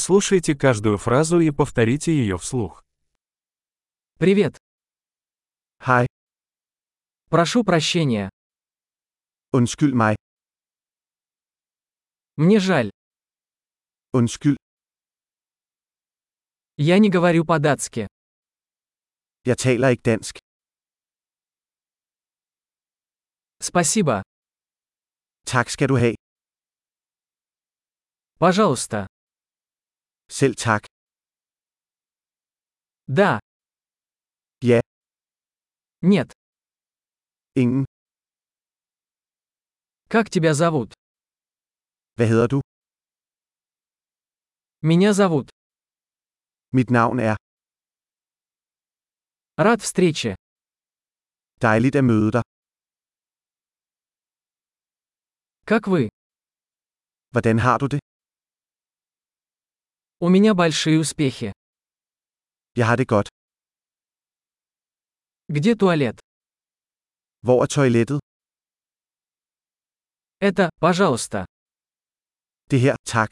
Прослушайте каждую фразу и повторите ее вслух. Привет. Hej, Прошу прощения. undskyld mig, Мне жаль. undskyld, Я не говорю по-датски. jeg taler ikke dansk. Спасибо. Tak skal du have. Пожалуйста. Selv tak. Да. Я. Нет. Ingen. Как тебя зовут? Hvad hedder du? Меня зовут. Mit navn er. Рад встрече. Dejligt at møde dig. Как вы? Hvordan har du det? У меня большие успехи. Jeg har det godt. Где туалет? Hvor er toilettet? Это, пожалуйста. Det her, tak.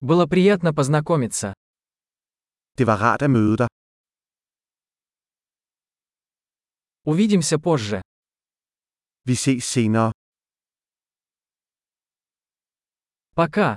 Было приятно познакомиться. Det var rart at møde dig. Увидимся позже. Vi ses senere. Пока.